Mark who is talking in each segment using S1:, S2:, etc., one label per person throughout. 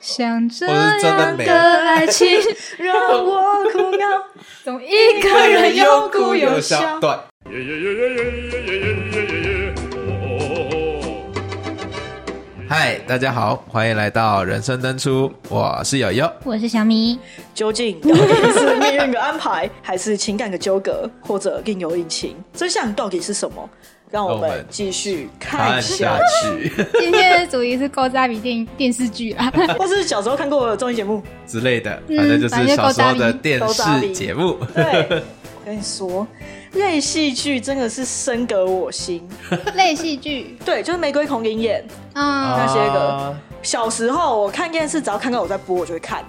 S1: 像这
S2: 我是真的
S1: 样
S2: 美
S1: 的爱情让我哭闹，总一个人又哭又笑。
S2: 对，
S3: 耶耶耶耶耶耶耶耶耶耶！哦，
S2: 嗨，大家好，欢迎来到人生登出，我是友友。
S1: 我是小米，
S4: 究竟到底是命运的安排，还是情感的纠葛，或者另有隐情？真相到底是什么？让我
S2: 让我们
S4: 们继续看
S2: 看
S4: 下
S2: 下
S4: 去，
S2: 去
S1: 今天的主题是高扎比电影电视剧 啦。
S4: 或是小时候看过的综艺节目。
S2: 之类的，
S1: 嗯
S2: 反正就是小时候的电
S4: 反正勾搭
S2: 视
S4: 你
S2: 节目。
S4: 对，我跟你说，类戏剧真的是深得我心。
S1: 类戏剧，
S4: 对，就是玫瑰红莲演。
S1: 嗯，
S4: 那些个
S2: 啊
S4: 小时候我看电视，只要看到我在播，我就会看。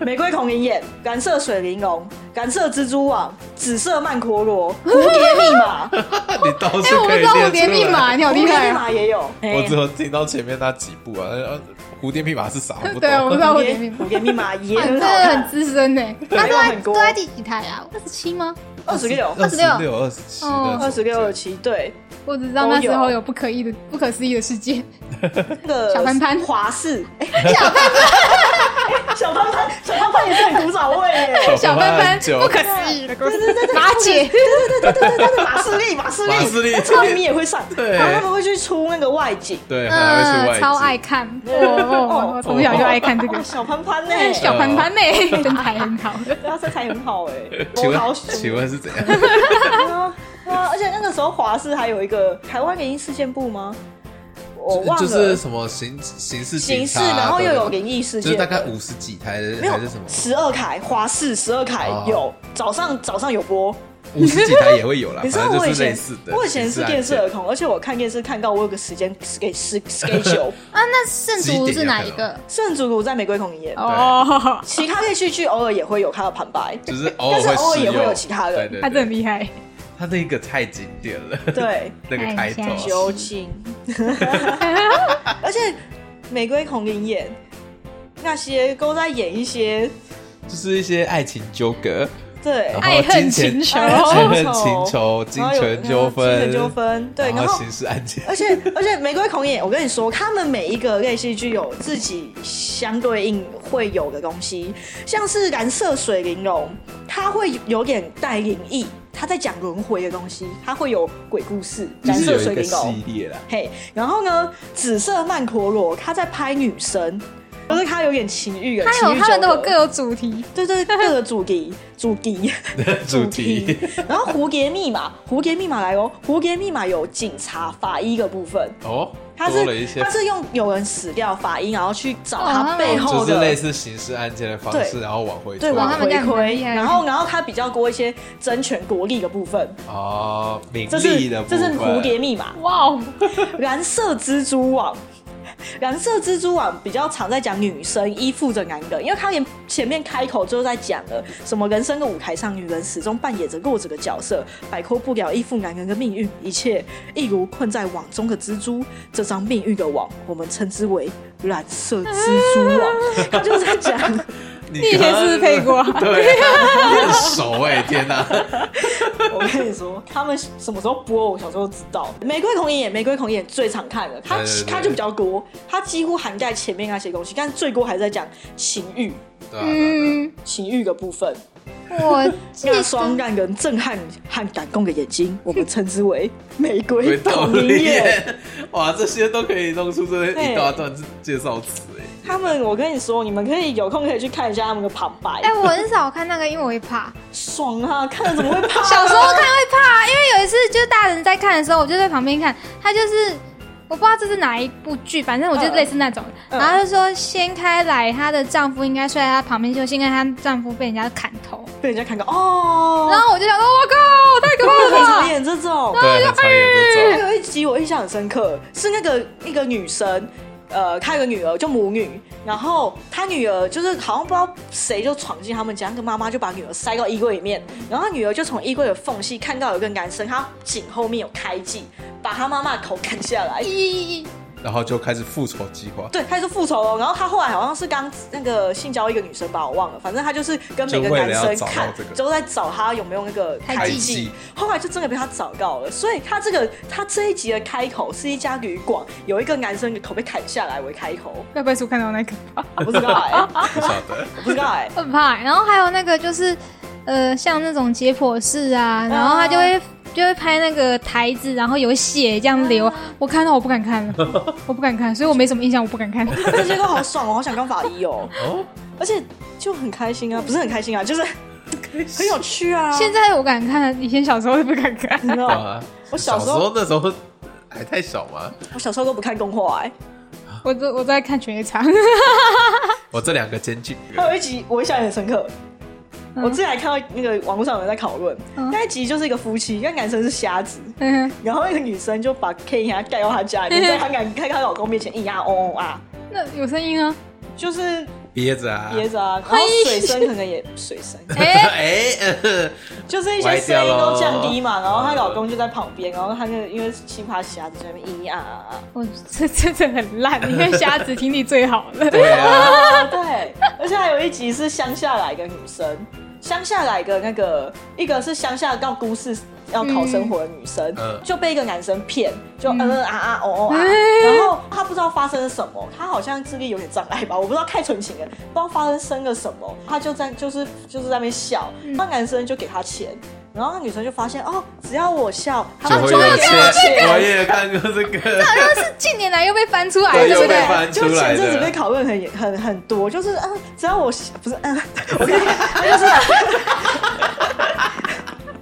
S4: 玫瑰红莲眼、蓝色水玲珑、蓝色蜘蛛网、紫色曼 陀罗、蝴蝶密码、
S2: 你倒
S1: 哎、
S2: 是
S1: 我不
S2: 可以
S1: 知道蝴蝶
S2: 念
S1: 密
S2: 出来。
S1: 码，你好
S4: 蝴蝶
S1: 厉害
S4: 密
S1: 啊！
S4: 码也有。
S2: 我
S4: 哎
S2: 只有听到前面那几部啊，呃蝴蝶密码是啥？我不
S1: 对，啊我不知
S2: 懂。
S1: 道蝴
S4: 蝴
S1: 蝶
S4: 蝶
S1: 密码
S4: 蝴。蝶密码也
S1: 哇你
S4: 很
S1: 真
S4: 好
S1: 的很
S4: 看，
S1: 资深呢、欸，他
S4: 没
S1: 都
S4: 有
S1: 在
S4: 很
S1: 都
S4: 多
S1: 在第几台啊？二十七吗？
S4: 二十六、
S2: 二十
S1: 26
S2: 六、二十七、
S1: 哦
S4: 二十六、二十七，对，
S1: 我只知道
S4: 都
S1: 那时候
S4: 有
S1: 有不可意的、不可思议的世 界。
S4: 那个
S1: 小潘潘
S4: 华视，哎
S1: 小潘
S4: 小潘潘，小潘潘也是很古早味耶，
S1: 小潘潘，
S2: 哦很久
S1: 不可思议的故事，马姐，
S4: 马士利，马士
S2: 马
S4: 利，
S2: 斯利，
S4: 这个你也会上，
S2: 对
S4: 然后他们会去出那个外景，
S2: 对，还会
S1: 嗯，
S2: 去
S1: 超
S2: 外
S1: 爱
S2: 景。
S1: 看，哦哦，呃我从小就爱看这个哎
S4: 哇，。小潘潘呢？
S1: 小潘潘呢，身材很好。
S4: 对啊，身材很好哎，
S2: 请
S4: 我好
S2: 问，
S4: 喜
S2: 请问是怎样？
S4: 欢啊，对啊而且那个时候华视还有一个台湾联谊事件部吗？我 忘
S2: 就
S4: 了，
S2: 是什么刑刑事警
S4: 刑事，
S2: 察啊
S4: 然后又有
S2: 对
S4: 联谊事
S2: 就是
S4: 件
S2: 大，概五十几台的
S4: 没有
S2: 还是什么，
S4: 十二凯华视十二凯
S2: 哦
S4: 有早上早上有播，
S2: 五十几台也会有啦，
S4: 你
S2: 反
S4: 知道
S2: 正
S4: 我
S2: 就
S4: 以
S2: 是类
S4: 前
S2: 似的。
S4: 我以前是电视
S2: 案
S4: 儿
S2: 件
S4: 童，而且我看电视看到我有个时间 schedule schedule，
S1: 啊，那圣竹是哪一个？
S4: 圣主谷在玫瑰童影演，
S1: 哦，
S4: 其他连续剧偶尔也会有他的旁白，
S2: 就是偶尔
S4: 但是偶尔也
S2: 会
S4: 会
S2: 有
S4: 有其他人
S2: 对
S1: 他
S2: 对
S1: 真的
S2: 对
S1: 很，厉害。
S2: 他那个太经典了，
S4: 对，
S2: 那个开头
S1: 看一下
S4: 究 竟，而且玫瑰童影演那些都在演一些
S2: 就是一些爱情纠葛，
S4: 对
S2: 然。
S1: 爱
S2: 后
S1: 恨
S2: 金
S1: 情
S2: 钱、
S1: 仇
S2: 钱恨情仇、 金
S4: 然后有嗯
S2: 钱纠纷、哦
S4: 金钱纠纷，对，哦然
S2: 然
S4: 后
S2: 后刑事案件。
S4: 而且 而且玫瑰孔眼，我跟你说，他们每一个类戏剧有自己相对应会有的东西，像是蓝色水玲珑，它会有点带灵异，它在讲轮回的东西，它会有鬼故事。
S2: 就
S4: 蓝
S2: 是嗯
S4: 色
S2: 有
S4: 水
S2: 一个
S4: 玲珑
S2: 系，列啦，
S4: 嘿，然后呢，紫色曼陀罗，它在拍女生，就是它有点情欲的，
S1: 他有，
S4: 情欲
S1: 他们都
S4: 纠
S1: 有
S4: 葛
S1: 各有主题。
S4: 对对各个 主题主题。
S2: 主题。
S4: 然后蝴蝶密码，蝴蝶密码来哦，蝴蝶密码有警察、法医的部分，
S2: 哦，
S4: 他
S2: 多了一
S4: 是
S2: 些
S4: 他，是用有人死掉法医，然后去找
S1: 哦
S4: 他背后
S2: 就是
S4: 的、
S2: 类似刑事案件的方式，
S4: 对
S2: 然后往回
S4: 对
S2: 推
S1: 哇哦
S4: 往
S1: 他们
S4: 回
S1: 这样很
S4: 推，
S1: 厉害
S4: 然后然后他比较多一些争权夺利的部分，
S2: 哦，名
S4: 这
S2: 利
S4: 是
S2: 的部
S4: 这
S2: 分
S4: 是蝴蝶密码，
S1: 哇哦，
S4: 蓝色蜘蛛网。蓝色蜘蛛网比较常在讲女生依附着男人，因为他连前面开口就在讲了什么人生的舞台上，女人始终扮演着弱者的角色，摆脱不了依附男人的命运，一切一如困在网中的蜘蛛。这张命运的网，我们称之为蓝色蜘蛛网。他就是在讲，
S2: 你
S1: 你以前是不是配过？
S2: 对，啊你很熟哎、天 哪！
S4: 我跟你说，他们什么时候播，我小时候知道。玫瑰童眼，玫瑰童眼最常看的，它
S2: 对对对
S4: 它就比较多，它几乎涵盖前面那些东西，但最多还是在讲情欲。
S2: 对啊，对啊
S1: 嗯，
S4: 情欲的部分，
S1: 我记
S4: 那双
S1: 得
S4: 让人震撼和感动的眼睛，我们称之为玫瑰
S2: 回到
S4: 童
S2: 啊里
S4: 林眼。
S2: 面，哇，这些都可以弄出这一大段介绍词哎，
S4: 他们，我跟你说，你们可以有空可以去看一下他们的旁白
S1: 哎、，我很少看那个，因为我会怕。
S4: 爽啊！看了怎么会 怕？
S1: 小时候看会怕，因为有一次就是大人在看的时候，我就在旁边看，他就是我不知道这是哪一部剧，反正我就类似那种，
S4: 嗯
S1: 然后就说掀开来，她的丈夫应该睡在她旁边，就现在她丈夫被人家砍头，
S4: 被人家看到哦，
S1: 然后我就想说，我靠，太可
S4: 很
S1: 怕
S4: 常
S1: 了吧！
S4: 演这种。
S2: 对，很常有
S4: 还
S2: 这种。
S4: 有一集我印象很深刻，是那个一个女生，呃，她有个女儿就母女，然后她女儿就是好像不知道谁就闯进他们家，那个妈妈就把女儿塞到衣柜里面，然后她女儿就从衣柜的缝隙看到有个男生，他颈后面有开记，把她妈妈的头砍下来。
S1: 咦，
S2: 然后就开始复仇计划，
S4: 对，开始复仇哦了。然后他后来好像是刚那个性交一个女生吧，我忘了。反正他就是跟每个
S2: 就为了
S4: 男
S2: 要
S4: 生
S2: 找到
S4: 看
S2: 这个，
S4: 都在找他有没有那个
S1: 开
S4: 开
S1: 机
S4: 机。后来就真的被他找到了。所以他这个他这一集的开口是一家旅馆，有一个男生的头被砍下来为开口，
S1: 该不会是我看到那个？
S4: 我不知道哎、
S2: 不晓得。
S4: 我不知道哎、
S1: 很怕欸、然后还有那个就是，呃，像那种解剖室啊，然后他就会、就会拍那个台子，然后有血这样流。我看到我不敢看了，我不敢看，所以我没什么印象，我不敢看。
S4: 这结构好爽哦，好想当法医哦，
S2: 哦，
S4: 而且就很开心啊，不是很开心啊，就是很有趣啊。
S1: 现在我敢看，以前小时候不敢 看。
S4: 你知道吗？
S2: 啊
S4: 我
S2: 小
S4: 小
S2: 时
S4: 时候
S2: 候那时候还太小嘛，
S4: 我小时候都不看动画哎、
S1: 我都我在看《犬夜 叉》，
S2: 我这两个兼具。
S4: 还有一集我印象也很深刻，
S1: 嗯
S4: 我之前还看到那个网络上有人在讨论，
S1: 嗯
S4: 那一集就是一个夫妻，一个男生是瞎子，
S1: 嗯，
S4: 然后那个女生就把 K 给他盖到他家里面，在她敢在她老公面前咿呀哦哦啊，
S1: 那有声音啊？
S4: 就是
S2: 憋着啊，
S4: 憋着啊，然后水声可能也水声，
S1: 哎、
S2: 哎， 呃
S4: 就是一些声音都降低嘛，然后她老公就在旁边，然后她那个因为奇葩瞎子在那边咿呀啊啊
S1: 我哦这这真的很烂，因为瞎子听力最好 了。
S2: 对啊，
S4: 啊，对，而且还有一集是乡下来的女生，乡下来的那个一个是乡下到都市要讨生活的女生，
S2: 嗯
S4: 就被一个男生骗，就嗯
S1: 嗯
S4: 嗯啊啊哦哦啊，然后她不知道发生了什么，她好像智力有点障碍吧，我不知道太纯情了，不知道发生生了什么，她就在就是就是在那边笑，那男生就给她钱。然后那女生就发现哦，只要我笑，他
S2: 就
S4: 们
S2: 会
S4: 就会
S2: 有
S4: 给我
S2: 钱。我
S4: 钱。
S2: 也看过这个，
S1: 是近年来又被翻出来，
S2: 对
S1: 对不
S2: 又被
S1: 对？
S2: 翻
S4: 就
S2: 出来
S4: 前阵子
S2: 的
S4: 被讨论很很很多，就是啊，只要我不是嗯，我跟你讲，就是啊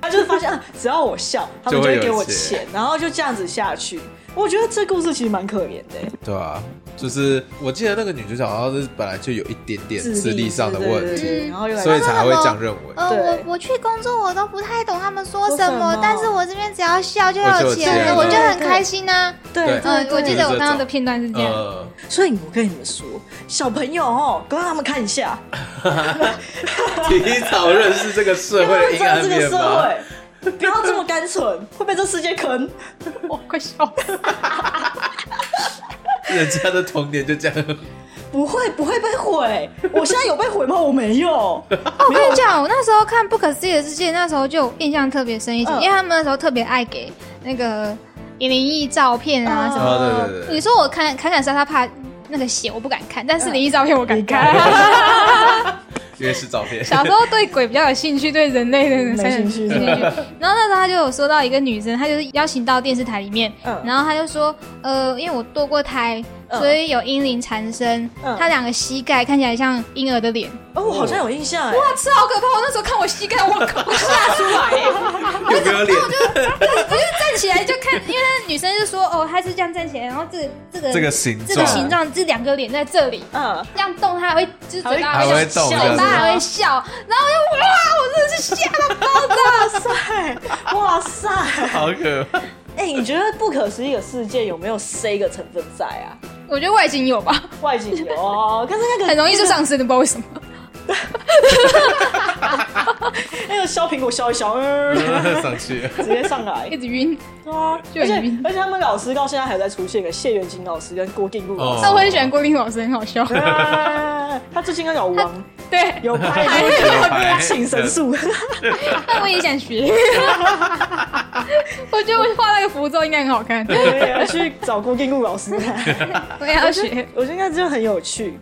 S4: 他就是发现啊，只要我笑，他们就
S2: 就会
S4: 会
S2: 有
S4: 给我
S2: 钱
S4: 钱，然后就这样子下去。我觉得这故事其实蛮可怜的欸，
S2: 对啊，就是我记得那个女主角好像是本来就有一点点智力上的问
S4: 对对
S2: 题，
S4: 对对然后又来
S2: 所以才会这样认为。
S5: 呃，
S4: 对
S5: 我我去工作，我都不太懂他们说
S4: 说
S5: 什
S4: 什
S5: 么，
S4: 么
S5: 但是我这边只要笑就
S2: 我就
S5: 有
S2: 有
S5: 钱
S2: 钱
S5: 了，我就
S4: 了
S5: 很开心呐、啊。
S2: 对
S4: 对
S1: 嗯、我记得我看到的
S2: 就是这种
S1: 片段是这样。
S2: 呃，
S4: 所以我跟你们说，小朋友哦，都让他们看一下，
S2: 提早认识这个社
S4: 不
S2: 会的
S4: 要知
S2: 阴
S4: 道
S2: 暗
S4: 这个
S2: 面
S4: 社
S2: 吧。
S4: 会，不要这么单纯，会被这世界坑。
S1: 我快笑死！
S2: 人家的童年就这样，
S4: 不会，不会被毁。我现在有被毁吗？我没有。
S1: 我跟你讲，我那时候看《不可思议的世界》，那时候就印象特别深一集，
S4: 嗯
S1: 因为他们那时候特别爱给那个灵异照片啊
S5: 嗯
S1: 什么。
S2: 啊，对对
S1: 你
S2: 对，
S1: 说我看砍砍杀杀怕那个血，我不敢看，但是灵异照片我嗯敢
S4: 你
S1: 看。
S2: 因为是照片，
S1: 小时候对鬼比较有兴趣，对人类的 人
S4: 没兴趣
S1: 没兴趣然后那时候他就有说到一个女生，她就是邀请到电视台里面，
S4: 嗯
S1: 然后她就说，呃，因为我堕过胎，
S4: 嗯
S1: 所以有阴灵缠身，
S4: 嗯
S1: 她两个膝盖看起来像婴儿的脸，
S4: 哦，我好像有印象哎。
S1: 哇，吃好可怕！我那时候看我膝盖，我 靠，我吓出来。
S2: 有没有脸？
S1: 我就站起来就看，因为那女生就说：“哦，她是这样站起来，然后这个这个
S2: 这个形
S1: 这个
S2: 状，
S1: 形状，这两个脸在这里，
S4: 嗯，
S1: 这样动她还会就是嘴巴
S2: 还会
S1: 会
S2: 动
S1: 笑，
S2: 这样
S1: 嘴
S2: 子
S1: 巴还会笑。”然后我就哇，我真的是吓到爆炸。
S4: 哇塞，哇塞！
S2: 好可怕。
S4: 哎、你觉得《不可思议的世界》有没有 C 个成分在啊？
S1: 我觉得外景有吧，
S4: 外景有哦，可是那个
S1: 很容易就上身的，不知道为什么。
S4: 那个削苹果削一削，呃
S2: 上去，
S4: 直接上来
S1: 一。直晕。
S4: 对啊，
S1: 就
S4: 而且
S1: 很晕
S4: 而且他们老师到现在还有在出现个谢元金老师跟郭定路老师。
S1: 但我很喜欢郭靖老师，很好 笑。
S4: 啊他最近刚有王，
S1: 对，
S4: 有拍
S1: 还
S4: 那
S1: 有
S4: 个请神术，
S1: 但我也想 学。我觉得我画那个符咒应该很好 看，
S4: 我也要去找郭定路老师。
S1: 我也要学。
S4: 我觉得那就很有趣。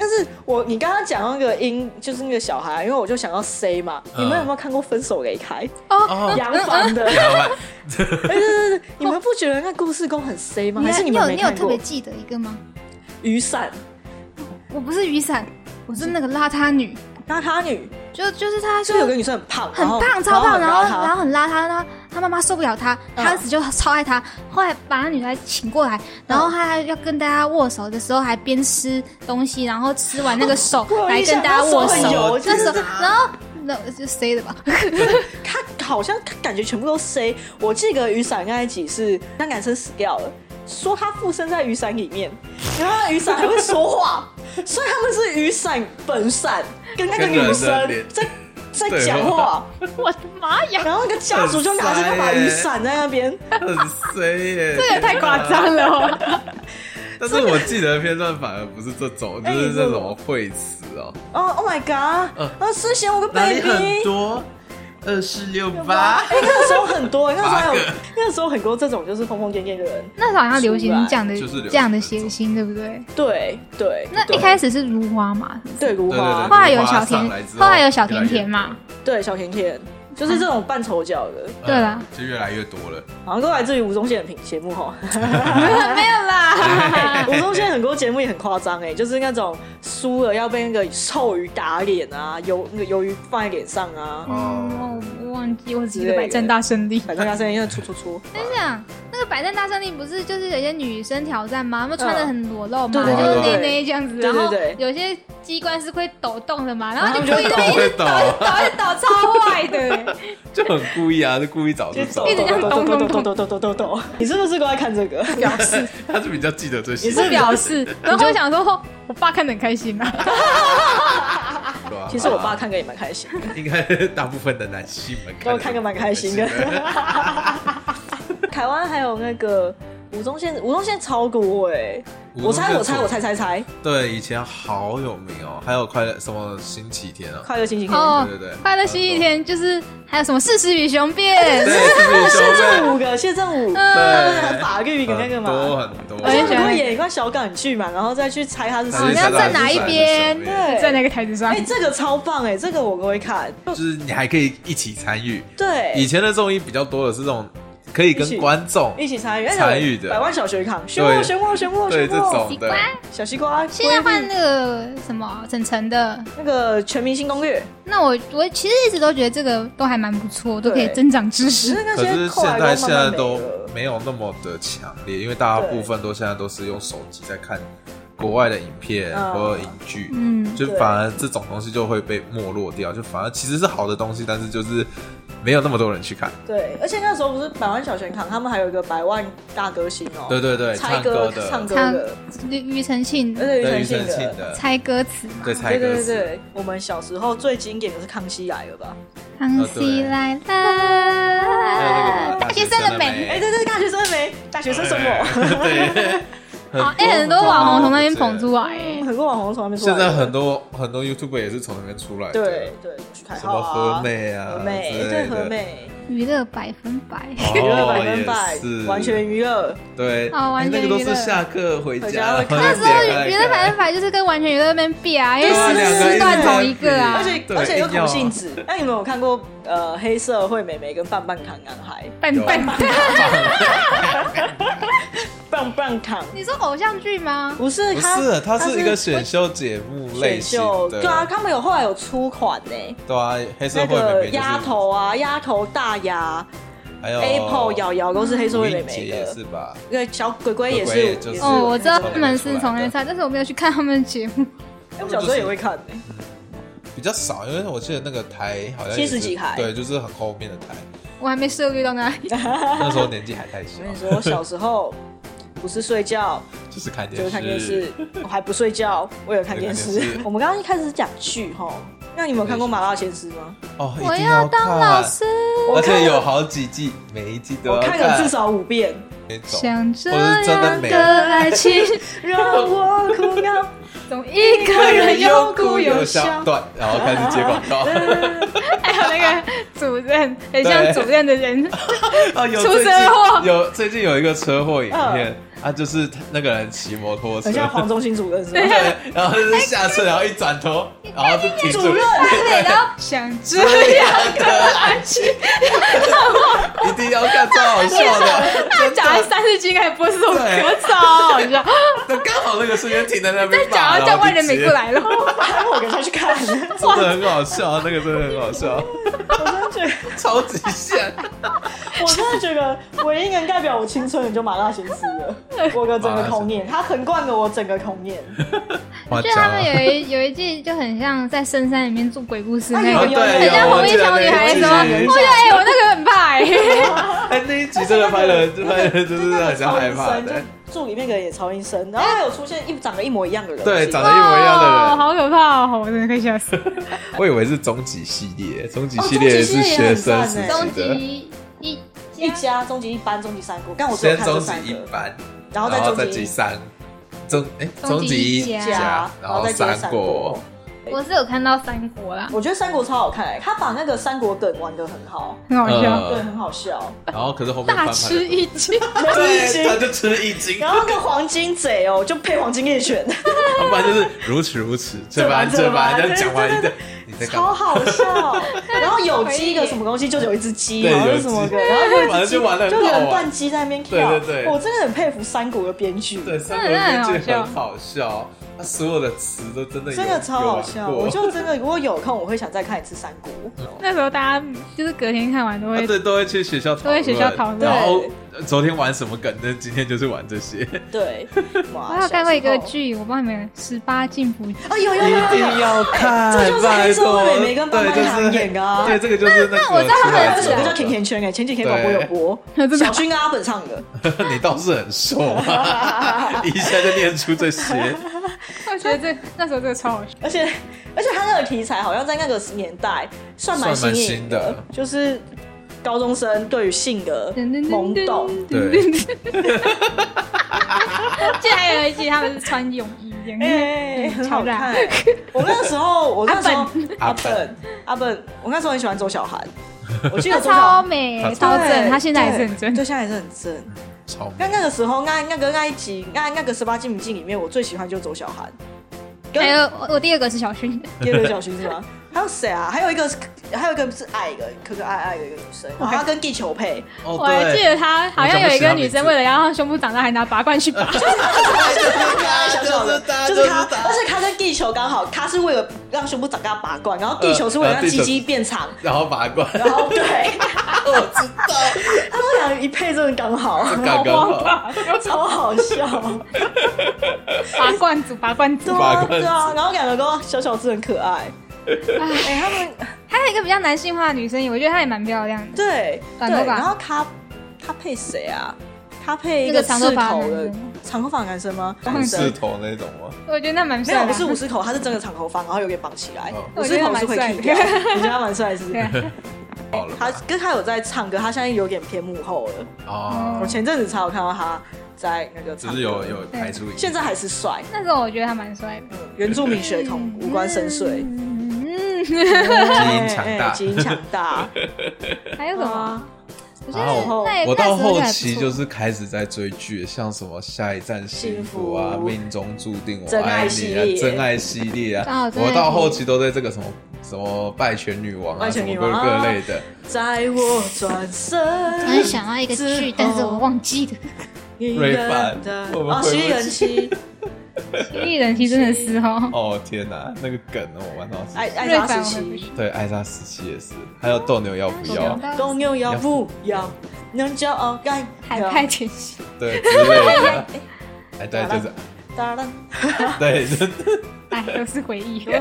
S4: 但是我你刚刚讲那个音，就是那个小孩，因为我就想要 C 嘛。
S2: 嗯
S4: 你们有没有看过《分手雷开》
S1: 哦，
S4: 杨凡 的？哎，
S2: 好吧
S4: 对对对，你们不觉得那故事宫很 C 吗？还 是
S1: 你
S4: 们
S1: 有
S4: 没
S1: 你有
S4: 看
S1: 特
S4: 过
S1: 别？记得一个吗？
S4: 雨伞
S1: 我不是雨伞，我是那个邋遢女，
S4: 邋遢女，
S1: 就就是她就
S4: 就有个女生很胖，
S1: 很
S4: 然后
S1: 胖，超胖，然后
S4: 很邋遢嗯
S1: 然后很邋遢，然后她妈妈受不了她，她当时就超爱她，后来把那女孩请过来，然后她还要跟大家握手的时候还边吃东西，然后吃完那个 手
S4: 我有
S1: 来
S4: 印象
S1: 跟大家握
S4: 她手很
S1: 手
S4: 油，
S1: 那时
S4: 真
S1: 候然后那就谁的吧，
S4: 她好像感觉全部都 C。我记得雨伞那一集是那男生死掉了，说他附身在雨伞里面，然后那雨伞还会说话，所以他们是雨伞本伞跟那个
S2: 跟人的
S4: 女生
S2: 脸
S4: 在在
S2: 对
S4: 讲 话，
S1: 我的妈呀，
S4: 然后那个家族就拿着那把雨伞在那边，
S2: 很衰耶，
S1: 这也太夸张了哦，
S2: 但是我记得的片段反而不是这种，就
S4: 哎
S2: 是
S4: 是
S2: 这
S4: 我
S2: 种会词哦，
S4: 哦，Oh my god！
S2: 嗯
S4: 啊，是嫌我个
S2: 哪里
S4: baby，
S2: 很多，二四六八，
S4: 哎，那个时候很多，那个时候还
S2: 八
S4: 有
S2: 个，
S4: 那个时候很多这种就是疯疯癫癫的人。
S1: 那时候好像流行这样的
S2: 就是流行
S1: 这啊样的谐星，对不对？
S4: 对对，
S1: 那一
S4: 对
S1: 开始是如花嘛，
S4: 对如
S2: 对
S4: 花
S1: 后，来有
S2: 如花
S1: 小
S2: 上
S1: 甜
S2: 来之，后
S1: 后来有小甜甜嘛，
S4: 对小甜甜，就是这种扮丑角的，
S1: 对啦
S2: 嗯就越来越多了。
S4: 好像都来自于吴宗宪的品节目哈。
S1: 没有啦，
S4: 吴宗宪很多节目也很夸张哎，就是那种输了要被那个臭鱼打脸啊，鱿那个鱿鱼放在脸上啊，
S1: 哦，我忘记我只记得百战大胜 利。
S4: 反正他声音出出出。
S1: 跟你讲，啊那个百战大胜利不是就是有些女生挑战吗？她们穿的很裸露嘛，
S4: 对
S2: 对对
S1: 就是
S2: 对
S1: 内内这样子，
S4: 对
S1: 然
S4: 对
S1: 后
S4: 对
S1: 有些机关是会抖动的嘛，然后就
S4: 啊
S1: 故意在那边一
S2: 会
S1: 直
S2: 抖
S1: 抖，一直抖，一直抖，超坏的。
S2: 就很故意啊，就故意找这种
S1: 一，直这样
S4: 抖
S1: 咚
S4: 抖
S1: 咚咚
S4: 抖抖抖抖抖抖，你是不是都在看这个？
S1: 表示
S2: 他是比较记得这些
S1: 也，是表示，然后我想说，哦我爸看得很开心啊。
S2: 对吧
S4: 其实我爸看个也蛮开 心的，
S2: 应该大部分的男性们
S4: 给我看个蛮开心的。 台湾还有那个吴宗宪，吴宗宪超多哎、
S2: 吴
S4: 我
S2: 宗宪
S4: 猜我猜
S2: 超
S4: 我猜猜猜，
S2: 对，以前好有名哦，还有快乐什么星期天啊，
S4: 快乐星期天。
S1: 哦
S2: 对对对，
S1: 快乐星期天就是还有什么事实与雄
S2: 对，
S1: 辩，
S2: 是
S4: 谢振武的谢振
S1: 嗯
S4: 武，
S2: 对
S4: 法律的那个嘛，
S2: 多很多，
S1: 我也喜
S4: 很
S1: 欢
S4: 多演一块小港剧嘛，然后再去猜他是
S2: 但是
S4: 谁。
S1: 要
S2: 他到底
S1: 站哪
S2: 是
S1: 一
S2: 帅还是
S1: 边
S2: 小
S4: 对，
S1: 在那个台子上
S4: 哎、。这个超棒哎、这个我会看。
S2: 就是你还可以一起参与。以
S4: 对，
S2: 前的综艺比较多的是这种可以
S4: 一起
S2: 跟观众
S4: 一起参与，那种
S2: 参与的
S4: 百万小学堂，漩
S2: 对
S4: 涡漩涡漩涡漩
S2: 对这
S4: 涡，
S2: 种
S1: 习
S2: 的
S1: 惯，
S4: 小西瓜，
S1: 现在
S4: 龟
S1: 换
S4: 苓
S1: 那个什么晨晨的，
S4: 那个《全明星攻略
S1: 那我我其实一直都觉得这个都还蛮不错，都可以
S4: 对
S1: 增长知》，
S4: 只
S1: 识。
S4: 是那
S2: 可
S4: 些
S2: 是
S4: 后
S2: 现在
S4: 来都
S2: 现
S4: 慢
S2: 在
S4: 慢没
S2: 都
S4: 了。
S2: 没有那么的强烈，因为大家
S4: 对
S2: 部分都现在都是用手机在看国外的影片
S4: 嗯
S2: 或者影剧，
S1: 嗯，
S2: 就
S4: 对
S2: 反而这种东西就会被没落掉，就反而其实是好的东西，但是就是没有那么多人去看。
S4: 对，而且那时候不是百万小学堂，他们还有一个百万大歌星哦、
S2: 对对对，
S4: 猜
S2: 唱
S4: 歌
S2: 歌的，
S4: 唱歌
S1: 唱
S4: 的，
S1: 庾庾澄庆
S4: 而且
S2: 对庾
S4: 庾
S2: 澄
S4: 澄庆
S2: 庆
S4: 的。
S2: 的，
S1: 猜歌词嘛，
S2: 对猜
S4: 对
S2: 歌
S4: 对对
S2: 词，
S4: 对，我们小时候最经典的是《康熙来了》吧？
S1: 康
S2: 哦
S1: 熙来了，
S2: 大学生了没
S4: 哎、对对，大学生没？大学生什
S2: 哎
S4: 么？
S2: 对，
S1: 好，哎，很多网红从那边捧出来，哎
S4: 很多网红从来没出来
S2: 现
S4: 的。
S2: 在很多很多 YouTube 也是从那边出来的，
S4: 对对，徐凯
S2: 什么
S4: 浩啊，
S2: 和美啊，
S4: 和美，
S2: 之类
S4: 对
S2: 的
S4: 和，美，
S1: 娱乐百分百。
S4: 娱乐
S2: 哦
S4: 百分百
S2: 也是，
S4: 完全娱乐，
S2: 对，哎
S1: 哦完全
S2: 那个都
S1: 娱乐
S2: 是下课回
S4: 回家
S2: 家
S4: 会， 看
S2: 然
S1: 那
S2: 后
S1: 时
S2: 点开
S1: 候
S2: 来
S1: 娱乐
S2: 看
S1: 百分百就是跟完全娱乐那边比啊，因为
S4: 对啊
S1: 时
S4: 两个
S1: 时段同一个
S2: 啊
S1: 啊
S4: 而。且
S2: 对
S4: 而且有
S2: 硬要
S4: 苦
S2: 啊
S4: 性子。那你们有看过呃黑社会美眉跟棒棒糖男孩？
S1: 笨
S2: 有
S1: 笨，
S4: 棒棒糖
S1: 你说偶像剧吗？
S4: 不是
S2: 不
S4: 他，
S2: 是，它是一个选秀节目类
S4: 选
S2: 型
S4: 秀，
S2: 的，
S4: 对啊，他们有后来有出款呢、
S2: 对啊，黑社
S4: 那
S2: 会妹
S4: 个
S2: 妹就是
S4: 丫，头啊，丫头大牙、
S2: 还有
S4: Apple 瑶瑶都是黑社
S2: 吴
S4: 会
S2: 映
S4: 美
S2: 洁
S4: 眉
S2: 也
S4: 的，
S2: 是吧？
S4: 那个小鬼鬼也
S2: 鬼鬼
S4: 是
S2: 也就，是
S4: 也是
S1: 哦，我知道
S2: 从
S1: 他
S2: 那边
S1: 们
S2: 出来
S1: 是从
S2: 的
S1: 那上，但是我没有去看他们的节目。
S4: 哎我小时候也会看呢、
S2: 比较少，因为我记得那个台好像
S4: 70
S2: 也是
S4: 几台
S2: 对，就是很后面的台，
S1: 我还没涉猎到 那里。
S2: 那时候年纪还太小
S4: 我，跟你说，我小时候不是睡觉
S2: 就是看电
S4: 就
S2: 视，
S4: 是看电视，我还不睡觉，我有看电视
S2: 我有看电视。
S4: 我们刚刚一开始是讲剧哈，那你们有看过《麻辣鲜师》吗？
S2: 哦，一
S1: 我
S2: 定要
S1: 当
S2: 看
S1: 老师，
S2: 而且有好几季，每一季都
S4: 我
S2: 要
S4: 看了至少五遍，
S2: 那种
S1: 像这
S2: 我是真的
S1: 样
S2: 没
S1: 的爱情，
S4: 让我哭啊！
S1: 总一个人又哭又笑。
S2: 对，然后开始接广告，
S1: 还有那个主任，很像
S2: 对
S1: 主任的人，
S2: 啊，有
S1: 出
S2: 最近
S1: 车祸
S2: 有最近有一个车祸影片，啊，就是他那个人骑摩托车
S4: 很，像黄宗兴主任是
S2: 对
S4: 吧？
S2: 然后就是下车，然后一转头，然后就停住，
S1: 对，然后像这样的爱情，
S2: 一定要看，超好笑的，真
S1: 讲了
S2: 的，
S1: 三十斤还播这首歌
S2: 对，
S1: 超 好笑。
S2: 那刚好那个瞬间停在那边
S1: 再
S2: 骂，
S1: 讲
S2: 然
S1: 到
S2: 后
S1: 叫
S2: 就
S1: 外人没
S2: 接
S1: 过，来了，
S4: 我跟他去看，
S2: 真的很好笑，那个真的很好笑，
S4: 我真的觉得，
S2: 超级像，
S4: 我真的觉得唯一能代表我青春的就《麻辣鲜师》了，我的整个童年，他横贯了我整个童年。
S2: 夸
S1: 就他们啊有一有一季就很像在深山里面做鬼故事
S2: 哎
S1: 那
S4: 啊
S1: 种
S4: 有。
S2: 对，
S1: 很像
S2: 有
S1: 红衣小女孩的时候，
S2: 我
S1: 我
S2: 记得那一
S1: 觉
S2: 集
S1: 得哎，我那个很怕哎，
S2: 哎，那一集真的拍的，拍的就是让人家害怕的，
S4: 住里面的人也超阴森，然后还有出现一长得一模一样的人，
S2: 对，长得一模一样的人
S1: 哦，。啊好可怕哦，我真的快笑死。
S2: 我以为是终极系列，终极
S4: 哦
S2: 系列
S4: 终极
S2: 是
S4: 系列也
S2: 学
S4: 很
S2: 生
S4: 赞
S2: 时
S4: 欸
S2: 期的，
S1: 一
S4: 一家终极一班、终极三国，但我只有
S2: 先
S4: 看
S2: 终
S4: 这
S2: 极
S4: 三
S2: 一
S4: 个，
S2: 班，
S4: 然后
S2: 然
S4: 再
S2: 后
S4: 终
S2: 再
S4: 极
S2: 集三，终哎
S1: 终
S2: 终
S1: 极
S2: 极
S1: 一家
S2: 家，然
S4: 然后
S2: 后
S4: 再接
S2: 三
S4: 三
S2: 国
S4: 国，。
S1: 我是有看到三国啦，
S4: 我觉得三国超好看、欸，他把那个三国梗玩得很好，
S1: 很好笑，
S4: 对，
S2: 呃，
S4: 很好笑。
S2: 然后可是后面翻
S1: 大
S2: 盘
S1: 吃
S2: 了，
S1: 一惊。
S2: 对，他就吃了一惊，
S4: 然后那个黄金贼哦，就配黄金猎犬，
S2: 要不然就是如此如此，这般
S4: 这
S2: 这
S4: 般
S2: 般，这样
S4: 这
S2: 讲完
S4: 般
S2: 一个，你在干
S4: 超
S2: 嘛？
S4: 好笑。然后有鸡一个什么东西，就有一只鸡，
S2: 对
S4: 好像
S2: 有
S4: 是什么
S2: 鸡
S4: 个，然后有一只
S2: 反正就玩得
S4: 就
S2: 很好
S4: 人
S2: 玩
S4: 扮鸡在那边跳。
S2: 对对对
S4: 我真的很佩服三国的编剧，
S2: 对，三
S1: 真的很
S2: 国
S1: 好
S2: 演义
S1: 笑
S2: 很好笑，他所有的词都真的有
S4: 真的超好笑。
S2: 有玩
S4: 我
S2: 过
S4: 就真的如果有空，我会想再看一次三国。
S2: 嗯
S1: 那时候大家就是隔天看完都
S2: 啊
S1: 会，
S2: 对，都会去学校讨
S1: 都会学校讨论
S2: 论，然后呃昨天玩什么梗，那今天就是玩这些，
S4: 对， 哇
S1: 我还有看过一个
S4: 小时候
S1: 剧，我帮你们十八禁不禁？
S4: 啊，有有有有有有。
S2: 要看
S4: 这就是黑社会美眉跟棒棒糖演的啊
S2: 对，就是对，这个就是那
S1: 那我知道他们
S4: 还有一首歌叫《
S2: 出
S4: 甜
S2: 来
S4: 甜圈》哎，前几天广播有播，
S1: 对
S4: 小薰跟阿本唱的，
S2: 之后你倒是很瘦啊，一下就念出这 些，呃
S1: 我觉得这那时候真的超好笑。
S4: 而且而且他那个题材好像在那个年代算蛮新
S2: 算蛮
S4: 颖
S2: 新的
S4: 就是高中生对于性的懵懂。
S2: 对，
S1: 竟然有一集他们是穿泳衣这样，
S4: 哎、很好
S1: 嗯超辣
S4: 看！我那时候，我那时候
S2: 阿本
S4: 本阿本，我那时候很喜欢周小 涵，我记得
S1: 她
S4: 周小涵
S1: 超美
S2: 她，
S1: 超
S2: 超
S1: 正，
S4: 对
S1: 她现在还是很
S4: 对
S1: 正。
S4: 对，现在还是很正。
S2: 超美
S4: 那那个时候，那那个那一集，那那个十八禁不禁里面，我最喜欢就是周小涵，跟
S1: 还有我我第二个是小薰，
S4: 第二个小薰是 吗？还有谁啊？还有一个是，还有一个是矮的，可可爱爱的一个女生，然后她跟地球配，
S2: 哦，
S1: 我还记
S2: 对，
S1: 得她好像有一个女生为了要让胸部长大，还拿拔罐去 拔。
S4: 小小的，啊就是她，而且她跟地球刚好，她是为了让胸部长大拔罐，然后地球是为了让鸡鸡变长，
S2: 然后拔 罐，
S4: 然后对，呃我知道，他们两个一配真的刚好，
S2: 刚刚好，
S4: 超好笑，
S1: 拔罐组，拔罐组
S4: 对。
S2: 八
S4: 啊
S2: 罐
S4: 对啊，然后两个都小小只很可爱，哎，他们
S1: 还有一个比较男性化的女生，我觉得她也蛮漂亮的。
S4: 对
S1: 短
S4: 对，
S1: 头发
S4: 然后他他配谁啊？他配一
S1: 那
S4: 个
S1: 个长头
S4: 刺
S1: 发的
S4: 头的
S1: 男生
S4: 长头发男生吗？
S2: 五
S4: 男
S2: 四
S4: 生
S2: 头那种吗？
S1: 我觉得那蛮
S4: 没有
S1: 帅，的
S4: 不。是五十口，他是真的长头发，然后有给绑起来
S2: 哦。
S4: 五十口是会剃掉，
S1: 我觉得他
S4: 你觉得他蛮帅是不
S1: 对
S4: 是？
S2: 好了吧，
S4: 他跟他有在唱歌，他现在有点偏幕后了。
S2: 哦
S4: 我，前阵子才有看到他在那个
S2: 只
S4: 唱歌，
S2: 是有有排出一个，
S4: 现在还是帅，
S1: 那时候我觉得他蛮帅的。
S4: 原住民血统，五官深邃，
S1: 嗯，
S2: 基因强
S4: 哎
S2: 大
S4: 哎。基因强 大。
S1: 还有什么？我觉得
S2: 然后
S1: 哎那
S2: 我到后
S1: 那时候觉得还不
S2: 期
S1: 错
S2: 就是开始在追剧，像什么《下一站幸福》啊，《
S4: 幸福
S2: 命中注定我
S4: 真
S2: 爱
S4: 爱
S2: 你》
S4: 系
S2: 啊，
S4: 列
S2: 《真爱系列》啊
S1: 哦，真爱
S2: 我到后期都在这个什么什么《拜权女王》啊，
S4: 拜
S2: 什
S4: 权
S2: 么
S4: 女
S2: 各
S4: 王
S2: 各类的，
S4: 在我转身，
S5: 突然想到一个剧，但是我忘记了。
S4: 一
S2: 瑞
S4: 个
S2: 凡
S4: 的
S2: 我们
S4: 哦，
S2: 回不
S4: 徐人妻，
S1: 艺人其实真的是哦，
S2: 哦天哪，那个梗哦我玩到
S4: 爱
S2: 死。
S4: 爱
S1: 瑞
S4: 莎
S1: 凡
S4: 时
S1: 我们不
S4: 期
S1: 是。
S2: 对，爱莎时期也是，还有斗牛要不
S1: 想
S2: 要？
S1: 到
S4: 公牛要不要？能骄傲盖
S1: 海派甜心，
S2: 对之 类的。哎，对，就是
S4: 当然，
S2: 对，真
S1: 哎，都是回忆。
S2: 的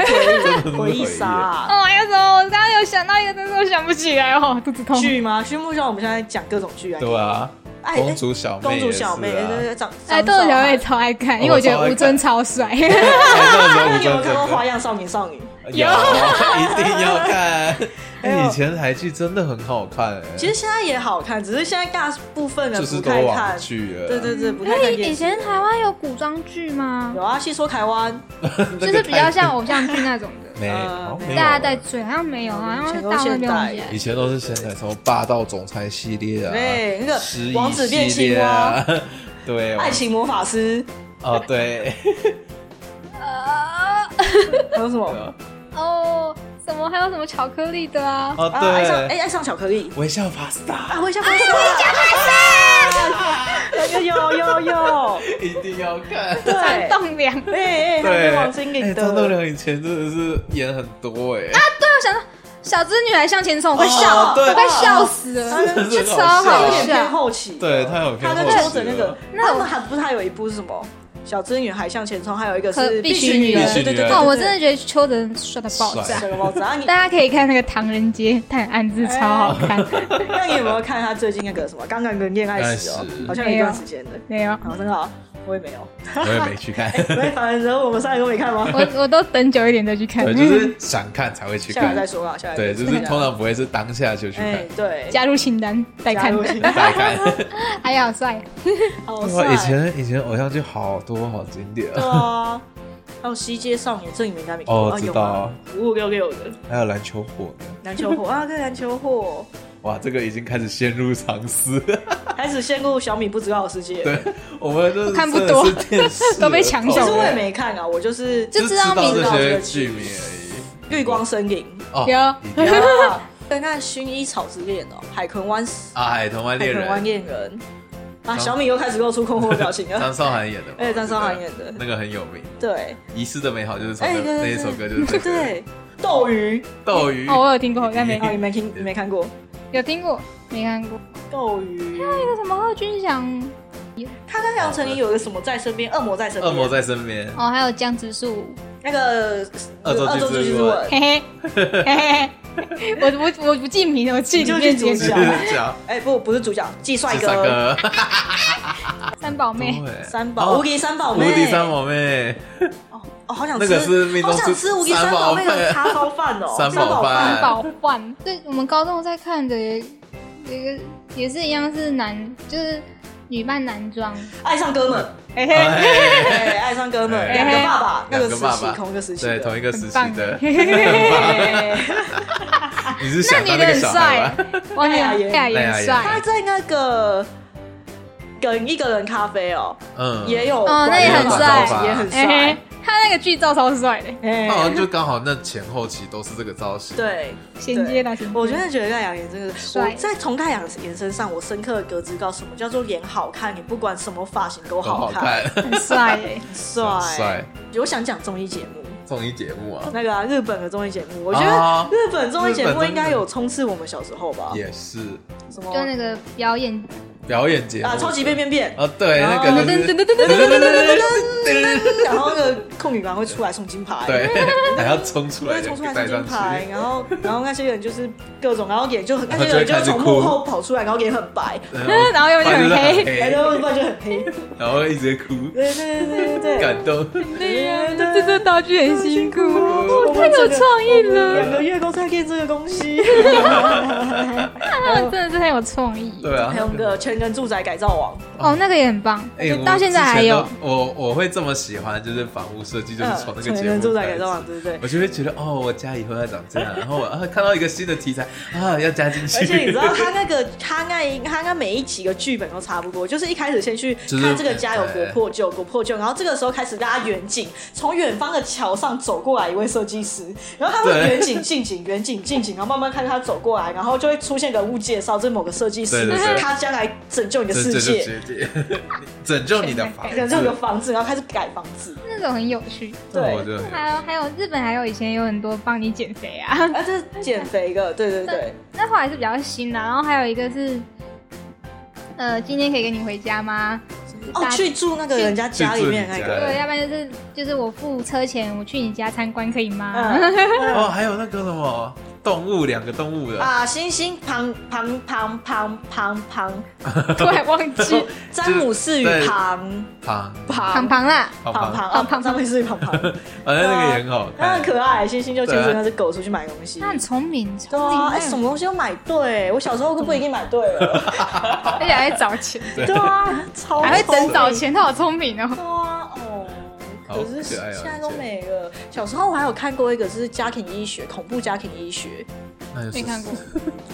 S4: 回忆杀啊
S1: 哦，还有什么？我刚刚有想到一个，但是我想不起来哦，肚子痛。
S4: 剧吗？畜牧像我们现在讲各种剧啊，
S2: 对啊，
S4: 哎
S2: 公主小妹，
S4: 公主小妹，
S2: 啊，
S4: 对对对，长
S1: 哎，豆豆
S4: 长得
S1: 小
S4: 好
S1: 妹也
S4: 看
S1: 超爱看，
S2: 我
S1: 因为我觉
S2: 超
S1: 得
S2: 爱
S1: 吴
S2: 看
S1: 尊超帅。
S2: 哎那时候
S4: 那
S2: 我
S4: 你有没
S2: 真
S4: 有看过《
S2: 的
S4: 花样少年少女》？
S2: 有，一定要看。
S4: 哎
S2: 哎，
S4: 呦
S2: 以前台剧真的很好看，哎，
S4: 其实现在也好看，只是现在大部分人
S2: 就是
S4: 不
S2: 都
S4: 太
S2: 网
S4: 看。
S2: 剧哎了，
S4: 对对对，不
S1: 因
S4: 太
S1: 为
S4: 看电
S1: 哎以
S4: 视。
S1: 前台湾有古装剧吗
S4: 有？啊，戏说台湾，
S2: 那
S1: 就
S2: 个
S1: 是比较像
S2: 太
S1: 偶像剧那种的，
S2: 没，
S4: 呃
S2: 好像
S4: 没
S2: 没有啊
S1: 大家在追，好像没有，好
S4: 嗯
S1: 像是
S4: 全都
S1: 到那
S4: 现
S1: 边
S4: 代
S1: 忘记了
S2: 以前都是现在什么霸道总裁系列啊，
S4: 对那个
S2: 失忆
S4: 王子变
S2: 系列
S4: 青
S2: 啊
S4: 蛙，
S2: 对，
S4: 《爱情魔法师
S2: 哦 对，
S1: 啊，》
S4: 还有什么？
S2: 啊
S1: 哦，什么还有什么巧克力的啊？
S2: 哦
S4: 啊，爱上哎，
S2: 对，
S4: 爱上巧克力
S2: 微笑 pasta
S4: 啊，微笑发射，微笑发射，啊有 有有，
S2: 一定要 看。
S4: 对，
S1: 张栋梁，
S4: 哎哎，他
S2: 对，
S4: 跟王心凌
S2: 哎
S4: 的，
S2: 张栋梁以前真的是演很多哎，
S1: 我想到小资女孩向前冲，我快
S2: 哦
S1: 笑，
S4: 啊
S1: 我
S2: 对
S1: 快笑死了，
S2: 真的很
S1: 超
S2: 好
S4: 他
S1: 好
S4: 有
S2: 笑
S4: 点
S1: 笑
S4: 偏。后期的，
S2: 对他有偏
S4: 他跟
S2: 后期
S4: 邱泽那
S2: 了
S4: 个，
S1: 那
S4: 那
S1: 我
S4: 我们还不是还有一部是什么？小资女孩向前冲，还有一个
S1: 可
S4: 是
S1: 必须
S4: 须
S1: 女
S4: 人
S1: 人，
S4: 对对对对，
S1: 哦，我真
S4: 的
S1: 的觉得邱泽帅到爆炸
S2: 帅。
S4: 整个包子。啊然后你，
S1: 大家可以看那个《唐人街探案志》，超好看。
S4: 那你有没有看他最近那个什么《刚刚的恋爱史》
S2: 恋爱
S4: 哦
S2: 史？
S4: 好像有一段时间的，
S1: 没有，
S4: 好，真的好。哦我也没有，
S2: 我也没去看，
S4: 没反正我们三个都没 看吗？
S1: 我我都等久一点再去看，
S2: 对，就是想看才会去
S4: 下来
S2: 看，
S4: 再说吧，下来
S2: 对，
S4: 再
S2: 就
S4: 说
S2: 是通常不会是当下就去
S4: 哎
S2: 看，
S4: 对，
S1: 加入清单待
S4: 加
S1: 看
S4: 入
S1: 的，
S4: 清
S2: 大概。
S1: 还好帅，
S4: 好
S2: 哇，
S4: 帅，
S2: 以前以前偶像剧好多好经典
S4: 啊对
S2: 啊，
S4: 啊，还有《西街少年》，这你们应该没看
S2: 哦
S4: 啊
S2: 知
S4: 有
S2: 道
S4: 吗？五五六六的
S2: 还有篮球火呢，
S4: 篮球火啊，跟篮球火
S2: 哇，这个已经开始陷入常思。
S4: 开始陷入小米不知道的世界。
S2: 对， 我们就是
S1: 看不多
S2: 真的是电视
S1: 都被抢
S4: 其
S1: 走
S4: 实我也
S2: 了，
S4: 没看啊，我就是
S1: 就
S2: 就
S1: 知
S2: 道
S1: 道名字
S2: 这些剧名而
S4: 绿光森林，
S2: 已。哦，
S1: 有
S2: 一定要
S4: 啊 对，那《薰衣草之恋》哦，《海豚湾》《
S2: 啊，《海豚湾
S4: 海
S2: 恋
S4: 豚
S2: 人
S4: 湾》恋人啊，
S2: 张
S4: 小米又开始露出困惑的表情
S2: 张
S4: 了。
S2: 韶涵演的嘛，
S4: 哎，张韶涵演
S2: 的
S4: 的，
S2: 那个很有名，
S4: 对，
S2: 《遗失的美好》就是从
S4: 哎，
S2: 那
S4: 对对
S2: 那
S4: 对，
S2: 一首歌就是这个
S4: 对，斗鱼
S2: 斗鱼
S1: 哦，我有听过，但 没
S2: 哎
S4: 啊，你没听，你没看过
S1: 有听过，没看过。
S4: 斗鱼？
S1: 那个什么贺军翔，
S4: 他跟杨丞琳有个什么在身边，恶魔在身边，
S2: 恶魔在身边，
S1: 哦，还有江直树，
S4: 那个
S2: 恶作剧之吻
S4: 剧之吻，
S1: 嘿嘿嘿嘿，嘿，我我我不记名，我记里面直接
S4: 你就去主
S2: 是啊
S4: 角
S1: 讲
S2: 讲
S4: 哎，不，不是主角，季帅
S2: 是三
S4: 哥，
S2: 个
S1: 三宝妹，
S4: 三宝，无敌三宝
S2: 哦无
S4: 妹，
S2: 敌三宝妹，
S4: 哦，哦，好想吃，
S2: 那个是命
S4: 好
S2: 中
S4: 想吃无敌
S2: 三
S4: 三
S2: 宝
S4: 宝妹的
S2: 饭
S4: 叉烧饭哦，
S2: 三宝饭
S1: 三宝饭。对，我们高中在看的有一个也是一样是男，就是女扮男装，
S4: 爱上哥们，
S1: 嘿
S2: 哎
S1: 嘿，
S4: 哎，爱上哥们，
S2: 哎
S4: 两个爸爸，那
S2: 两
S4: 个
S2: 个
S4: 时
S2: 爸
S4: 期
S2: 爸
S4: 同一个时期的，
S2: 对，同一个时
S1: 很
S2: 期
S1: 棒
S2: 的，
S4: 哎
S2: 你是
S1: 那
S2: 想
S1: 女的
S2: 到那个
S1: 很
S2: 小孩
S1: 帅
S2: 吗？，
S1: 王俊凯也很
S4: 他
S1: 帅，
S4: 在那个跟一个人咖啡哦，
S2: 嗯，
S4: 也有，
S1: 哦那也很帅
S4: 哎
S1: 嗯
S4: 也很
S1: 嘿嘿
S4: 帅，，
S1: 他那个剧照超帅的，
S2: 他好
S4: 哎，
S2: 像就刚好那前后期都是这个造型。，
S4: 对。哦
S1: 衔接的衔接。
S4: 我真的觉得盖亚岩真的是，我
S1: 帅
S4: 在从盖亚岩身上，我深刻的得知到什么叫做脸好看，你不管什么发型都
S2: 都好
S4: 好
S2: 看，
S1: 很帅耶，
S4: 帅
S2: 帅。
S4: 我想讲综艺节目，
S2: 综艺节目啊，
S4: 那个、啊、日本的综艺节目，我觉
S2: 啊
S4: 得日本综艺节
S2: 日本
S4: 目
S2: 真
S4: 应该
S2: 的
S4: 有冲刺我们小时候吧？
S2: 也是
S4: 什
S1: 就
S4: 么
S1: 那个表演
S2: 表演节目
S4: 啊，超级变变变，
S2: 啊，对，那
S1: 噔
S2: 个
S1: 噔
S2: 就
S1: 噔
S2: 是
S1: 噔噔噔噔
S4: 然后那个控女郎会出来送金牌，，
S2: 对，还要冲出来
S4: 会
S2: 的
S4: 冲出来送
S2: 带
S4: 金
S2: 上
S4: 牌，
S2: 去，
S4: 然后然后那些人就是各种，然后脸就很，那
S2: 然后
S4: 些
S2: 就会
S4: 人就
S2: 开始
S4: 从
S2: 哭
S4: 幕后跑出来，然后脸很白，
S1: 噔，然后又
S2: 然
S1: 很
S2: 后
S1: 黑，
S4: 然
S2: 黑，
S4: 后不然就很黑，
S2: 然后一直哭，
S4: 对对对对对。
S2: 感动。
S1: 对呀，这这这道具很辛苦，
S4: 我
S1: 太
S4: 们
S1: 有
S4: 整个
S1: 创意
S4: 两
S1: 了，
S4: 个月都在练这个 东西，
S1: 他们真的是很有创意。
S2: 对啊
S4: 还，有那个全人住宅改造王，
S1: 哦，那个也很棒，我
S2: 哎
S1: 觉
S2: 我
S1: 得到现在还有
S2: 之。前都我我会这么喜欢，就是房屋设计，就是从那个
S4: 全
S2: 节
S4: 嗯人
S2: 目
S4: 住宅
S2: 开
S4: 改
S2: 始
S4: 造王，对不对？
S2: 我就会觉得哦，我家以后要长这样，然后我啊看到一个新的题材啊，要加进去。
S4: 而且你知道他那 个他那他那每一集的剧本都差不多，就是一开始先去看这个家
S2: 哎
S4: 有国破旧，国破旧，然后这个时候开始拉远景，从远方的桥上走过来一位设计师，然后他会
S2: 对
S4: 远景近景远景近景，然后慢慢看他走过来，然后就会出现人物介绍，这是某个设计师
S2: 对对对，
S4: 他将来拯救你的
S2: 拯
S4: 世
S2: 拯救
S4: 界，
S2: 世界， 拯救你的房
S4: 拯救你的
S2: 子。
S4: 房子，然后开始改房子，
S1: 那种很有趣，
S2: 那我
S4: 对
S2: 觉得很有
S1: 还有还有日本还有以前有很多帮你减肥啊，
S4: 啊，这是减肥的，对对对，
S1: 那后来是比较新的、然后还有一个是，呃，今天可以跟你回家吗？
S4: 哦，去住那个人家家里面那
S2: 去住
S4: 个，
S2: 人家
S1: 对，要不然就是就是我付车钱，我去你家参观可以吗？
S4: 嗯
S2: 哦，还有那个什么动物，两个动物的，
S4: 啊，星星庞庞庞庞庞庞，
S1: 突然忘 记
S4: 詹姆士与庞
S2: 胖
S1: 庞
S4: 庞
S1: 庞啦，
S2: 胖
S4: 庞
S2: 胖，
S4: 庞啊
S1: 庞庞
S4: 詹姆士与庞庞，
S2: 反正哎那个也很好
S4: 他
S2: 看
S4: 很。啊可爱，星星就牵
S2: 对
S4: 着
S2: 啊
S4: 那只狗出去买东西
S5: 啊
S1: 他。很聪明，聪
S4: 对
S1: 明
S4: 啊，
S1: 还
S4: 哎，
S1: 有
S4: 什么东西都买对，我小时候都不一定买对了。
S1: 而且还找钱，
S4: 对啊，超
S1: 还会
S4: 聪
S1: 等
S4: 明
S1: 找。钱，哎他好聪明哦。
S4: 对啊，哦。
S2: 好
S4: 可是
S2: 可爱哦
S4: 现在都
S2: 以前
S4: 没了。小时候我还有看过一个是家庭医学，恐怖家庭医学，
S2: 那哎就是
S1: 没看过，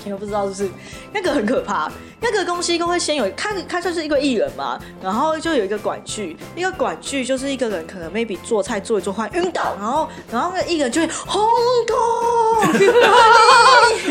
S4: 你都不知道是不是？那个很可怕，那个东西都会先有，他他就是一个艺人嘛，然后就有一个管具，一个管具就是一个人可能 maybe 做菜做一做坏晕倒，然后然后那个艺人就会轰动，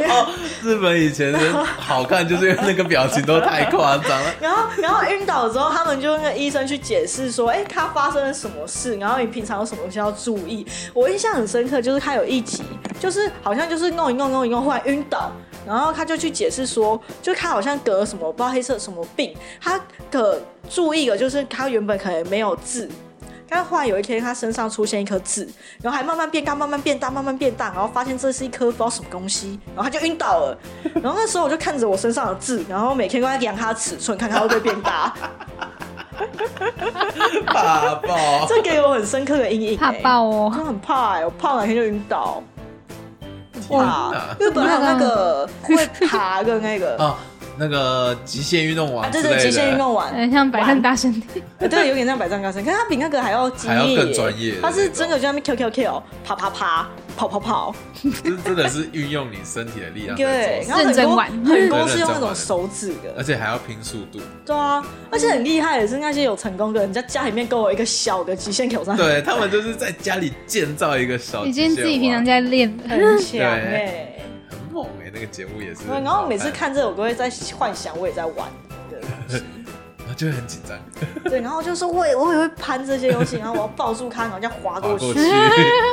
S2: 哦，日本以前的好看，就是因为那个表情都太夸张了。
S4: 然后然后晕倒之后，他们就那个医生去解释说，哎、他发生了什么事，然后你平常有什么东西要注意。我印象很深刻，就是他有一集，就是好像就是弄一弄弄一弄，忽然晕倒。然后他就去解释说，就他好像得了什么，不知道黑色什么病。他可注意的就是他原本可能没有痣，但后来有一天他身上出现一颗痣，然后还慢慢变大，慢慢变大，慢慢变大，然后发现这是一颗不知道什么东西，然后他就晕倒了。然 后那时候我就看着我身上的痣，然后每天都在量它的尺寸，看它会不会变大。
S2: 怕爆。
S4: 这给我很深刻的阴影、欸。
S1: 怕爆
S4: 真
S1: 哦！
S4: 的很怕哎、我怕哪天就晕倒。
S2: 天
S4: 哇
S2: 哪，
S4: 日本还有那 个会爬的那个，
S2: 啊，那个极限运动
S4: 啊
S2: 王之
S4: 对
S2: 类的，
S4: 对，极限运动完，
S1: 嗯，像百战大神，
S4: 呃对，有点像百丈高僧，可是他比那个还要激烈，
S2: 还要更专业的
S4: 他是真的就在那边 Q Q Q，啪啪啪，跑跑跑，
S2: 这 真的是运用你身体的力量在做，
S4: 对
S2: 事，
S4: 然后很
S1: 认真
S4: 多
S1: 玩
S4: 很多是用那种手指
S2: 而
S4: 的，
S2: 且还要拼速度。
S4: 对啊，而且很厉害的是那些有成功的人，在家里面给我一个小的极限挑战，
S2: 对他们就是在家里建造一个小，
S1: 已经自己平常在练了。
S4: 很强
S2: 啊对
S4: 哎。
S2: 很猛哎、那个节目也是。
S4: 然后每次，看这，我都会在幻想我也在玩。对
S2: 就会很紧张，
S4: 对，然后就说我也我也会攀这些东西，然后我要抱住它，然后这样滑
S2: 滑
S4: 啊过
S2: 过
S4: 去，
S2: 去，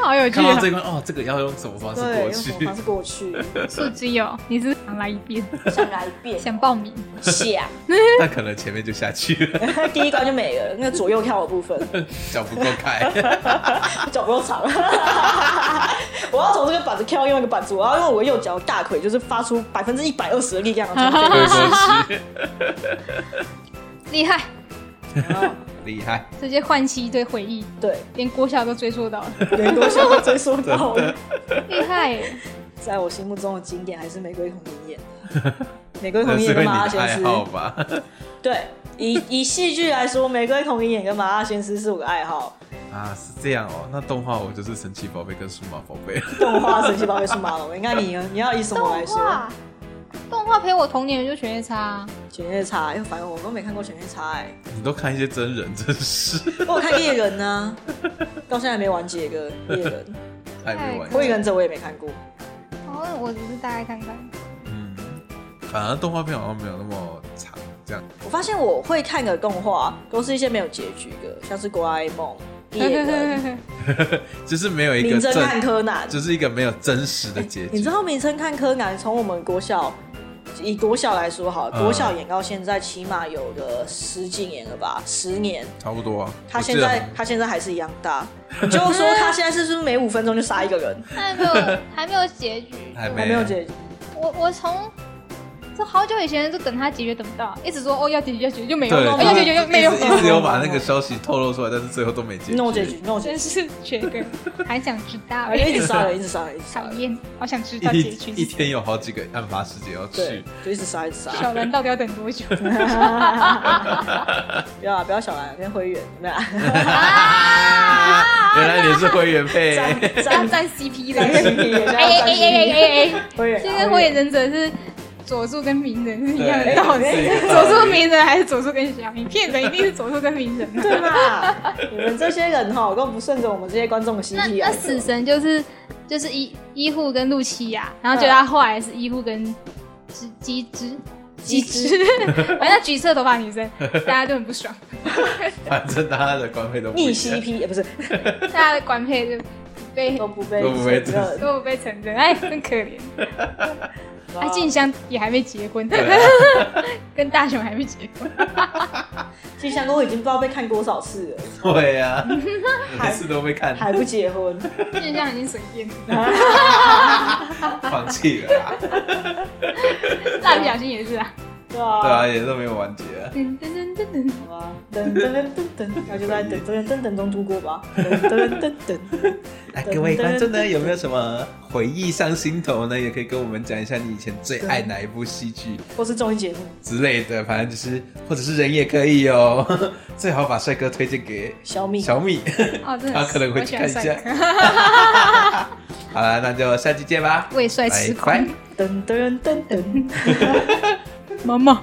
S1: 好有趣
S2: 看 到
S1: 啊！
S2: 这关哦，这个要用什么方式
S4: 对，
S2: 过
S4: 用什么
S2: 去
S4: 方？式过去？
S1: 素鸡哦，你是不是想来一遍，
S4: 想来一遍，
S1: 想报名？
S4: 想。
S2: 那可能前面就下去了，
S4: 第一关就没了，那左右跳的部分
S2: 脚不够开，
S4: 脚不够长， 我要从这个板子跳到另外一个板子，我要用我的右脚大腿，就是发出百分之一百二十的力量然后
S2: 这个东西
S1: 厉害，
S2: 厉害，
S1: 直接唤起一堆回忆，
S4: 对，
S1: 连国小都追 溯到了，
S4: 连多想都追溯 到了，
S1: 厉害耶！
S4: 在我心目中的经典还是玫瑰红林演的，玫瑰
S2: 那
S4: 红林
S2: 是因
S4: 演跟
S2: 为你
S4: 麻辣
S2: 的
S4: 鲜
S2: 爱
S4: 师，
S2: 好 吧？
S4: 对，以以戏剧来说，玫瑰红林演跟麻辣鲜师是我的爱好，
S2: 啊，是这样哦，那动画我就是神奇宝贝跟数码宝贝，
S4: 动画神奇宝贝数码龙，你看你呢？你要以什么来
S1: 动
S4: 说？
S1: 画，动画陪我童年就犬夜叉啊，
S4: 犬夜叉，因为反正我都没看过犬夜叉、哎。
S2: 你都看一些真人，真是
S4: 我有看猎人呢、到现在还没完结个猎人，
S2: 还没完
S4: 火影
S2: 结。
S4: 忍者我也没看过。
S1: 哦，我只是大概看看。
S2: 嗯，反而动画片好像没有那么长，这样
S4: 我发现我会看的动画都是一些没有结局的，像是《哆啦 A 梦》、猎人、
S2: 就是没有一
S4: 名
S2: 个
S4: 侦
S2: 正，
S4: 探柯南。
S2: 就是一个没有真实的结
S4: 你
S2: 局
S4: 知。道名侦探柯南从我们国小，以国小来说好了，
S2: 嗯
S4: 国小演到现在起码有个十几年了吧，十年。
S2: 差不多啊，
S4: 他
S2: 我记
S4: 现
S2: 得
S4: 在他现在还是一样大，就是说他现在是不是每五分钟就杀一个人？
S1: 还没有，还没有结局。
S2: 还
S4: 还
S2: 没
S4: 没有结局，
S1: 我我从这好久以前就等他解决等不到，一直说哦要解决要解决就没有，
S2: 对，
S1: 哦
S2: 他
S1: 要解决就没有
S2: 一，直一直有把那个消息透露出来，但是最后都没结局。
S4: no 结局，no 结
S1: 真
S4: 局，
S1: 是缺根，还想知道，
S4: 而且一直杀人，一直杀人，一直杀
S1: 讨
S4: 人。
S1: 厌，好想知道
S2: 一
S1: 结局
S2: 一
S1: 是。
S2: 天有好几个案发事件要
S4: 对
S2: 去，，
S4: 就一直杀，一直杀。
S1: 小兰到底要等多久？
S4: 不要啊，不要小兰，跟灰原没有啊，
S2: 原来你是灰原 配，
S4: 站
S1: 要
S4: 站
S1: 站 CP
S4: 站
S1: 的。
S4: CP，也 是
S1: 哎哎哎
S4: 要
S1: 哎
S4: 站 CP。
S1: 哎哎！
S4: 灰原啊，
S1: 现在火影忍者是佐助跟鸣人是一样的
S2: 对
S1: 道理
S2: 是一，个道
S1: 佐
S2: 理
S1: 助鸣人还是佐助跟小明？骗人一定是佐助跟鸣人啊。
S4: 对嘛？你们这些人哈，都不顺着我们这些观众的心
S1: 那
S4: 意
S1: 那
S4: 啊。
S1: 死神就是就是医医护跟露西亚，然后就他后来是医护跟鸡鸡之鸡之， 反正橘色头发女生，大家都很不爽，
S2: 反正大家的官配都不一
S4: 逆
S2: 样
S4: CP 也不是
S1: 大家的官配就被
S4: 都不被
S2: 都不被
S4: 承认
S1: 都被承认，哎，真可怜。
S4: 哇
S1: 哎，静香也还没结婚，
S2: 对啊
S1: 跟大雄还没结婚，
S4: 静香我已经不知道被看多少次了，
S2: 对呀，每次都被看
S4: 还不结婚，
S1: 静香已经随便了，
S2: 放弃了啊，
S1: 蜡笔小新也是啊。
S4: 对
S2: 对啊，
S4: 啊，
S2: 也都没有完结。
S1: 噔噔噔噔噔，
S4: 好啊，等等等等等，那就在等等等等中度过吧，等等等等。
S2: 哎，各位观众呢，有没有什么回忆上心头呢？也可以跟我们讲一下你以前最爱哪一部戏剧
S4: 或是综艺节目，
S2: 之类的，反正就是或者是人也可以哦。 最好把帅哥推荐给
S4: 小米
S2: 小米，
S1: 哦，真的
S2: 他
S1: 是，
S2: 可能会
S1: 我喜
S2: 去看
S1: 欢
S2: 一
S1: 帅
S2: 下
S1: 哥。。
S2: 好了，那 就下期见吧，
S1: 为帅
S2: 拜
S1: 痴狂
S2: 拜。
S4: 等等等等。
S1: 妈妈。